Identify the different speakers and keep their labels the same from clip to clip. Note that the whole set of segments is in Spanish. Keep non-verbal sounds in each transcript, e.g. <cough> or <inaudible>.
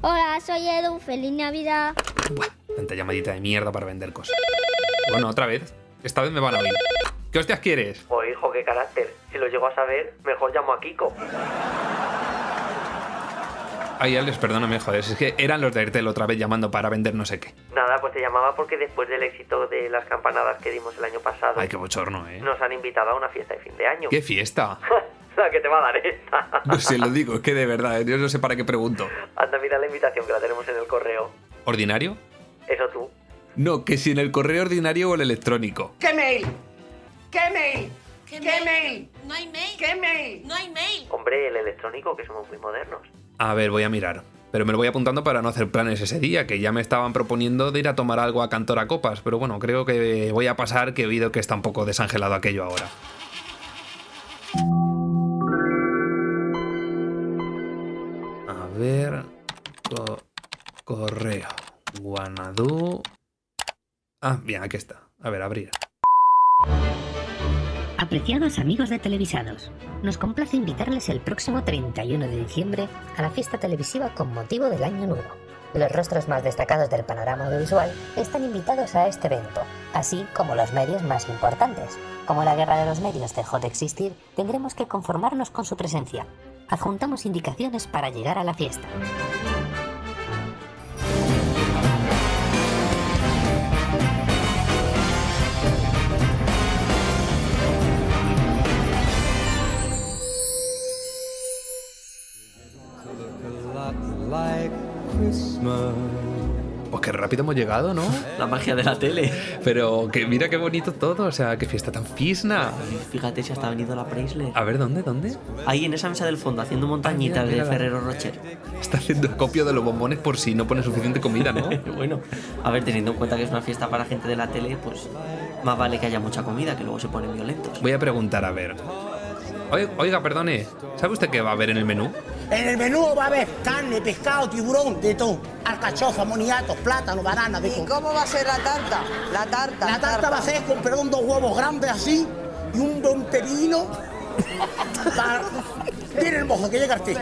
Speaker 1: Hola, soy Edu, feliz Navidad.
Speaker 2: Buah, tanta llamadita de mierda para vender cosas. Bueno, otra vez. Esta vez me van a oír. ¿Qué hostias quieres?
Speaker 3: O Pues, hijo, qué carácter. Si lo llego a saber, mejor llamo a Kiko.
Speaker 2: Ay, Alex, perdóname, joder. Es que eran los de Airtel otra vez llamando para vender no sé qué.
Speaker 3: Nada, pues te llamaba porque después del éxito de las campanadas que dimos el año pasado,
Speaker 2: Ay, qué bochorno, ¿eh?
Speaker 3: nos han invitado a una fiesta de fin de año.
Speaker 2: ¡Qué fiesta!
Speaker 3: La que te va a dar esta.
Speaker 2: No se lo digo, es que de verdad, yo no sé para qué pregunto.
Speaker 3: Anda, mira la invitación que la tenemos en el correo.
Speaker 2: ¿Ordinario?
Speaker 3: Eso tú.
Speaker 2: No, que si en el correo ordinario o el electrónico.
Speaker 4: ¿Qué mail? ¿Qué mail? ¿Qué, mail?
Speaker 5: No hay mail.
Speaker 4: ¿Qué mail?
Speaker 5: No hay mail.
Speaker 3: Hombre, el electrónico, que somos muy modernos.
Speaker 2: A ver, voy a mirar. Pero me lo voy apuntando para no hacer planes ese día, que ya me estaban proponiendo de ir a tomar algo a Cantora Copas, pero bueno, creo que voy a pasar que he oído que está un poco desangelado aquello ahora. A ver. co- correo. Guanadu. Ah, bien, aquí está. A ver, abrir.
Speaker 6: Apreciados amigos de Televisados, nos complace invitarles el próximo 31 de diciembre a la fiesta televisiva con motivo del Año Nuevo. Los rostros más destacados del panorama audiovisual están invitados a este evento, así como los medios más importantes. Como la guerra de los medios dejó de existir, tendremos que conformarnos con su presencia. Adjuntamos indicaciones para llegar a la fiesta.
Speaker 2: Pues qué rápido hemos llegado, ¿no?
Speaker 7: La magia de la tele.
Speaker 2: Pero que mira qué bonito todo, o sea, qué fiesta tan fisna.
Speaker 7: Fíjate si hasta ha venido la Preisler.
Speaker 2: A ver, ¿dónde? ¿Dónde?
Speaker 7: Ahí en esa mesa del fondo, haciendo
Speaker 2: Ah,
Speaker 7: montañitas
Speaker 2: mira,
Speaker 7: de
Speaker 2: mira.
Speaker 7: Ferrero Rocher.
Speaker 2: Está haciendo copio de los bombones por si no pone suficiente comida, ¿no?
Speaker 7: bueno, a ver, teniendo en cuenta que es una fiesta para gente de la tele, pues más vale que haya mucha comida, que luego se ponen violentos.
Speaker 2: Voy a preguntar, a ver. Oiga, oiga, perdone, ¿sabe usted qué va a haber en el menú?
Speaker 4: En el menú va a haber carne, pescado, tiburón, de todo. Alcachofa, moniatos, plátano, banana, de
Speaker 8: ¿Y
Speaker 4: todo.
Speaker 8: cómo va a ser la tarta? La tarta.
Speaker 4: La tarta va a ser con perdón, dos huevos grandes así y un
Speaker 8: <laughs>
Speaker 4: buen pepino. para- Viene el mojo que llega al techo.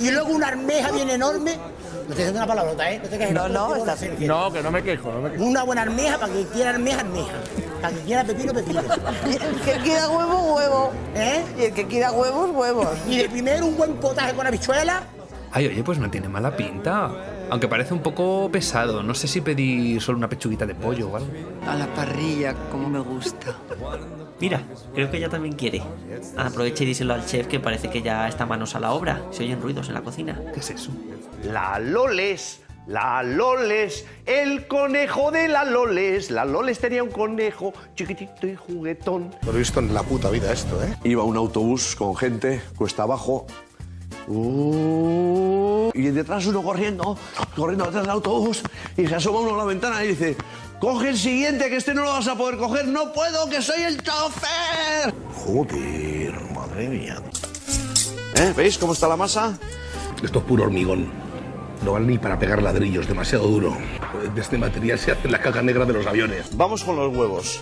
Speaker 4: Y luego una armeja bien enorme. No estoy diciendo una palabrota, ¿eh? No, te quejes,
Speaker 8: No, no,
Speaker 4: te
Speaker 8: está-
Speaker 4: quejes, te quejes.
Speaker 9: No, que no me quejo, no me quejo.
Speaker 4: Una buena armeja para que quiera armeja, armeja. Para que quiera
Speaker 8: <laughs>
Speaker 4: pepino, pepino.
Speaker 8: El que quiera huevo, huevo.
Speaker 4: ¿Eh?
Speaker 8: Y el que quiera huevos, huevos.
Speaker 4: Y de primero un buen potaje con habichuela.
Speaker 2: Ay, oye, pues no tiene mala pinta. Aunque parece un poco pesado, no sé si pedí solo una pechuguita de pollo o algo.
Speaker 8: A la parrilla, como me gusta.
Speaker 7: Mira, creo que ella también quiere. Aprovecha y díselo al chef que parece que ya está manos a la obra. Se oyen ruidos en la cocina.
Speaker 2: ¿Qué es eso?
Speaker 10: La Loles, la Loles, el conejo de la Loles. La Loles tenía un conejo chiquitito y juguetón.
Speaker 9: Lo he visto en la puta vida esto, ¿eh?
Speaker 11: Iba un autobús con gente, cuesta abajo. Uh, y detrás uno corriendo, corriendo detrás del autobús, y se asoma uno a la ventana y dice: Coge el siguiente, que este no lo vas a poder coger. ¡No puedo, que soy el chofer! Joder, madre mía. ¿Eh? ¿Veis cómo está la masa?
Speaker 9: Esto es puro hormigón. No vale ni para pegar ladrillos, demasiado duro. De este material se hace la caja negra de los aviones.
Speaker 11: Vamos con los huevos.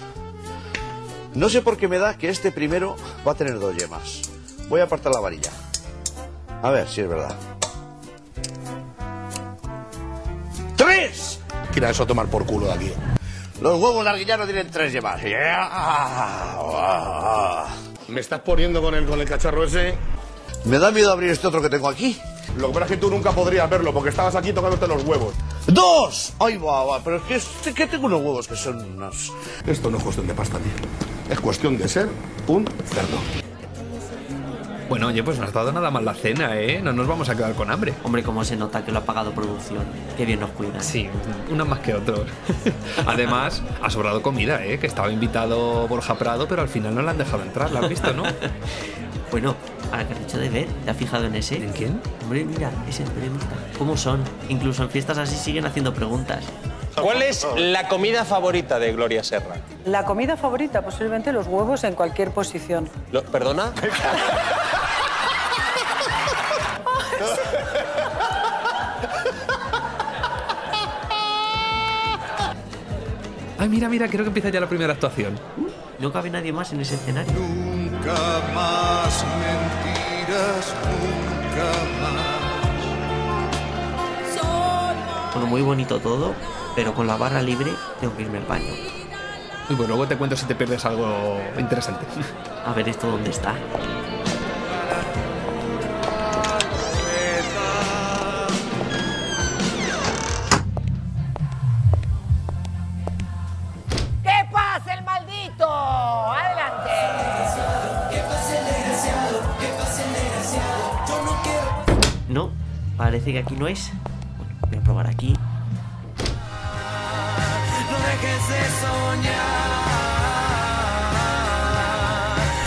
Speaker 11: No sé por qué me da que este primero va a tener dos yemas. Voy a apartar la varilla. A ver si es verdad. ¡Tres!
Speaker 9: Tira eso a tomar por culo de aquí.
Speaker 11: Los huevos de arguillano tienen tres yemas. ¡Yeah!
Speaker 9: ¿Me estás poniendo con el, con el cacharro ese?
Speaker 11: Me da miedo abrir este otro que tengo aquí.
Speaker 9: Lo que pasa es que tú nunca podrías verlo porque estabas aquí tocándote los huevos.
Speaker 11: ¡Dos! ¡Ay, va, va! Pero es que, es que tengo unos huevos que son unos...
Speaker 9: Esto no es cuestión de pasta, tío. Es cuestión de ser un cerdo.
Speaker 2: Bueno, oye, pues no ha estado nada mal la cena, ¿eh? No nos vamos a quedar con hambre.
Speaker 7: Hombre, cómo se nota que lo ha pagado producción. Qué bien nos cuidan.
Speaker 2: Sí, unos más que otros. <laughs> Además, ha sobrado comida, ¿eh? Que estaba invitado Borja Prado, pero al final no la han dejado entrar, ¿la has visto, no?
Speaker 7: Bueno, ahora que has dicho de ver, ¿te has fijado en ese?
Speaker 2: ¿En quién?
Speaker 7: Hombre, mira, ese periodista. ¿Cómo son? Incluso en fiestas así siguen haciendo preguntas.
Speaker 12: ¿Cuál es la comida favorita de Gloria Serra?
Speaker 8: La comida favorita, posiblemente los huevos en cualquier posición.
Speaker 12: Lo- ¿Perdona?
Speaker 2: Ay, mira, mira, creo que empieza ya la primera actuación.
Speaker 7: No cabe nadie más en ese escenario.
Speaker 11: Nunca más mentiras, nunca más.
Speaker 7: Bueno, muy bonito todo, pero con la barra libre tengo que irme al baño.
Speaker 2: Y pues luego te cuento si te pierdes algo interesante.
Speaker 7: A ver esto dónde está.
Speaker 5: ¡Que pase el maldito! ¡Adelante! ¡Que pase el desgraciado! ¡Que pase el desgraciado! Yo no quiero.
Speaker 7: No, parece que aquí no es. Bueno, voy a probar aquí.
Speaker 5: No dejes de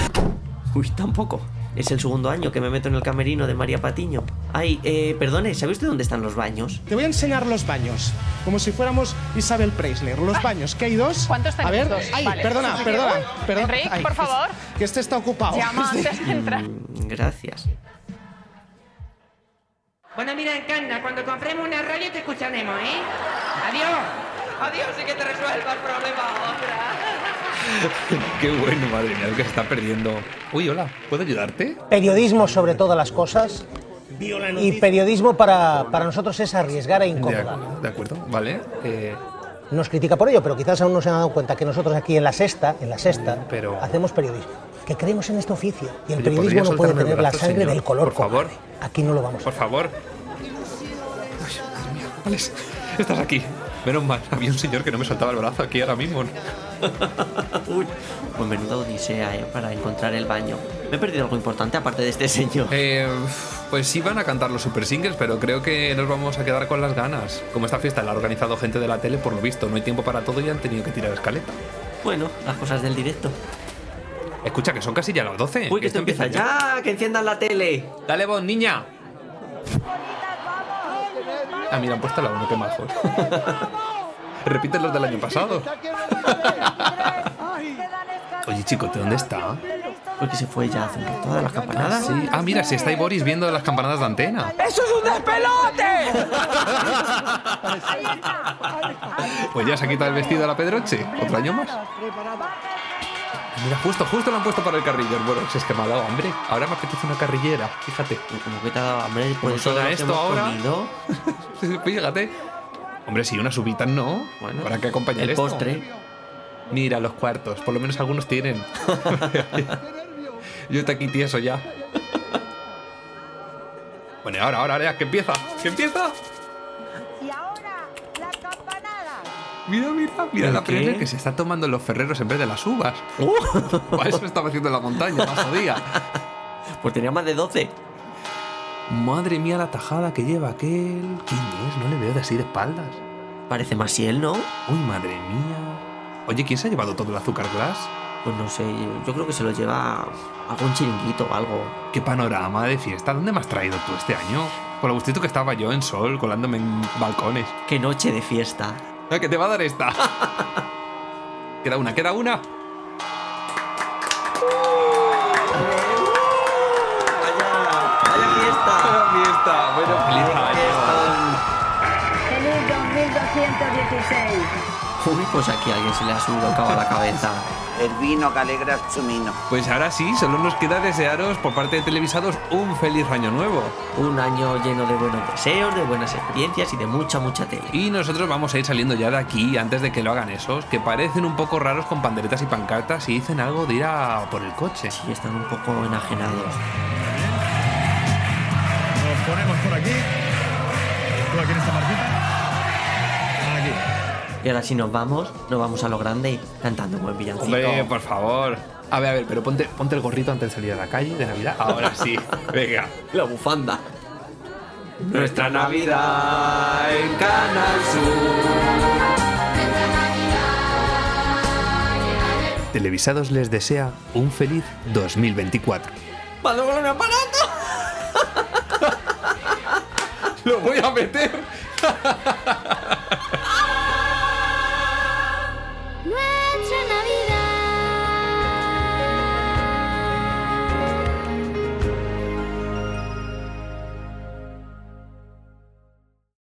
Speaker 5: soñar.
Speaker 7: Uy, tampoco. Es el segundo año que me meto en el camerino de María Patiño. Ay, eh, perdone, ¿sabe usted dónde están los baños?
Speaker 13: Te voy a enseñar los baños, como si fuéramos Isabel Preisler. Los baños, que hay dos. ¿Cuántos
Speaker 14: Ah, tenemos?
Speaker 13: A ver,
Speaker 14: Dos.
Speaker 13: ay,
Speaker 14: Vale.
Speaker 13: perdona,
Speaker 14: Uy,
Speaker 13: perdona,
Speaker 14: uy,
Speaker 13: perdona.
Speaker 14: Enric,
Speaker 13: Ay,
Speaker 14: por
Speaker 13: que-
Speaker 14: favor.
Speaker 13: <laughs> Que este está ocupado.
Speaker 14: Llama antes de entrar.
Speaker 7: Mm, Gracias. <laughs>
Speaker 5: Bueno, mira, encarna, cuando compremos una radio te escucharemos, ¿eh? Adiós. Adiós y que te resuelva el problema ahora.
Speaker 2: Qué bueno, madre mía, lo que se está perdiendo. Uy, hola, ¿puedo ayudarte?
Speaker 15: Periodismo sobre todas las cosas. Y periodismo para, para nosotros es arriesgar e
Speaker 2: De,
Speaker 15: incomodar.
Speaker 2: ac- de acuerdo, vale. eh,
Speaker 15: Nos critica por ello, pero quizás aún no se han dado cuenta que nosotros aquí en la sexta, en la sexta, hacemos periodismo. Que creemos en este oficio. Y el
Speaker 2: Mm, oye, ¿podría
Speaker 15: periodismo no puede
Speaker 2: soltarme el
Speaker 15: tener la
Speaker 2: brazo,
Speaker 15: sangre
Speaker 2: señor?
Speaker 15: del color.
Speaker 2: Por favor,
Speaker 15: Aquí no lo vamos.
Speaker 2: por favor. Alex, estás aquí. Menos mal, había un señor que no me soltaba el brazo aquí ahora mismo.
Speaker 7: Uy, pues menuda odisea, ¿eh? Para encontrar el baño. Me he perdido algo importante aparte de este señor.
Speaker 2: Eh, pues iban a cantar los super singles, pero creo que nos vamos a quedar con las ganas. Como esta fiesta la ha organizado gente de la tele, por lo visto, no hay tiempo para todo y han tenido que tirar escaleta.
Speaker 7: Bueno, las cosas del directo.
Speaker 2: Escucha, que son casi ya las 12.
Speaker 7: Uy, que esto empieza ya. Que enciendan la tele.
Speaker 2: Dale vos, niña. Ah, mira, han puesto la 1, qué majos. <laughs> Repiten los del año pasado. Oye, chico, ¿de dónde está?
Speaker 7: Porque se fue ya hace un rato de las campanadas.
Speaker 2: Sí. Ah, mira, si está ahí Boris viendo las campanadas de antena.
Speaker 5: ¡Eso es un despelote!
Speaker 2: Pues ya se ha quitado el vestido a la Pedroche. ¿Otro año más? Mira, justo, justo lo han puesto para el carriller. Bueno, si es que me ha dado hambre. Ahora me apetece una carrillera, fíjate.
Speaker 7: Como que te ha dado hambre
Speaker 2: Como
Speaker 7: de
Speaker 2: suena
Speaker 7: todo lo que
Speaker 2: esto
Speaker 7: hemos
Speaker 2: ahora.
Speaker 7: comido. <laughs> Pues
Speaker 2: fíjate. Hombre, si una subita no. Bueno, habrá que acompañar
Speaker 7: el
Speaker 2: esto.
Speaker 7: postre.
Speaker 2: Mira, los cuartos. Por lo menos algunos
Speaker 7: <laughs>
Speaker 2: tienen. Yo te aquí tieso ya. Bueno, y ahora, ahora, ahora, ya, que empieza. Que empieza. Mira, mira, mira
Speaker 7: ¿El
Speaker 2: la
Speaker 7: qué? Uh.
Speaker 2: primera que se está tomando los ferreros en vez de las
Speaker 7: <laughs>
Speaker 2: uvas. <laughs> Para eso estaba haciendo la montaña, más jodida.
Speaker 7: Pues tenía más de 12.
Speaker 2: Madre mía, la tajada que lleva aquel. ¿Quién es? No le veo de así de espaldas.
Speaker 7: Parece más si él, ¿no?
Speaker 2: Uy, madre mía. Oye, ¿quién se ha llevado todo el azúcar glass?
Speaker 7: Pues no sé, yo creo que se lo lleva algún chiringuito o algo.
Speaker 2: Qué panorama de fiesta. ¿Dónde me has traído tú este año? Con lo gustito que estaba yo en sol, colándome en balcones.
Speaker 7: Qué noche de fiesta.
Speaker 2: La que te va a dar esta. <laughs> queda una, queda una.
Speaker 7: ¡Vaya fiesta!
Speaker 2: ¡Vaya fiesta! Bueno, feliz
Speaker 7: año.
Speaker 16: Feliz 2216.
Speaker 7: Uy, pues aquí a alguien se le ha subido el cabo a la cabeza.
Speaker 17: El vino que alegra su vino.
Speaker 2: Pues ahora sí, solo nos queda desearos por parte de Televisados un feliz año nuevo.
Speaker 7: Un año lleno de buenos deseos, de buenas experiencias y de mucha, mucha tele.
Speaker 2: Y nosotros vamos a ir saliendo ya de aquí antes de que lo hagan esos, que parecen un poco raros con panderetas y pancartas y dicen algo de ir a por el coche.
Speaker 7: Sí, están un poco enajenados.
Speaker 18: Nos ponemos por aquí. Por aquí en esta marquita. Aquí.
Speaker 7: Y ahora si nos vamos, nos vamos a lo grande cantando un buen villancico.
Speaker 2: Hombre, por favor. A ver, a ver, pero ponte, ponte el gorrito antes de salir a la calle de Navidad. Ahora sí, venga.
Speaker 7: La bufanda.
Speaker 2: Nuestra Navidad en Canal Televisados les desea un feliz 2024.
Speaker 7: ¡Vamos con un aparato!
Speaker 2: ¡Lo voy a meter!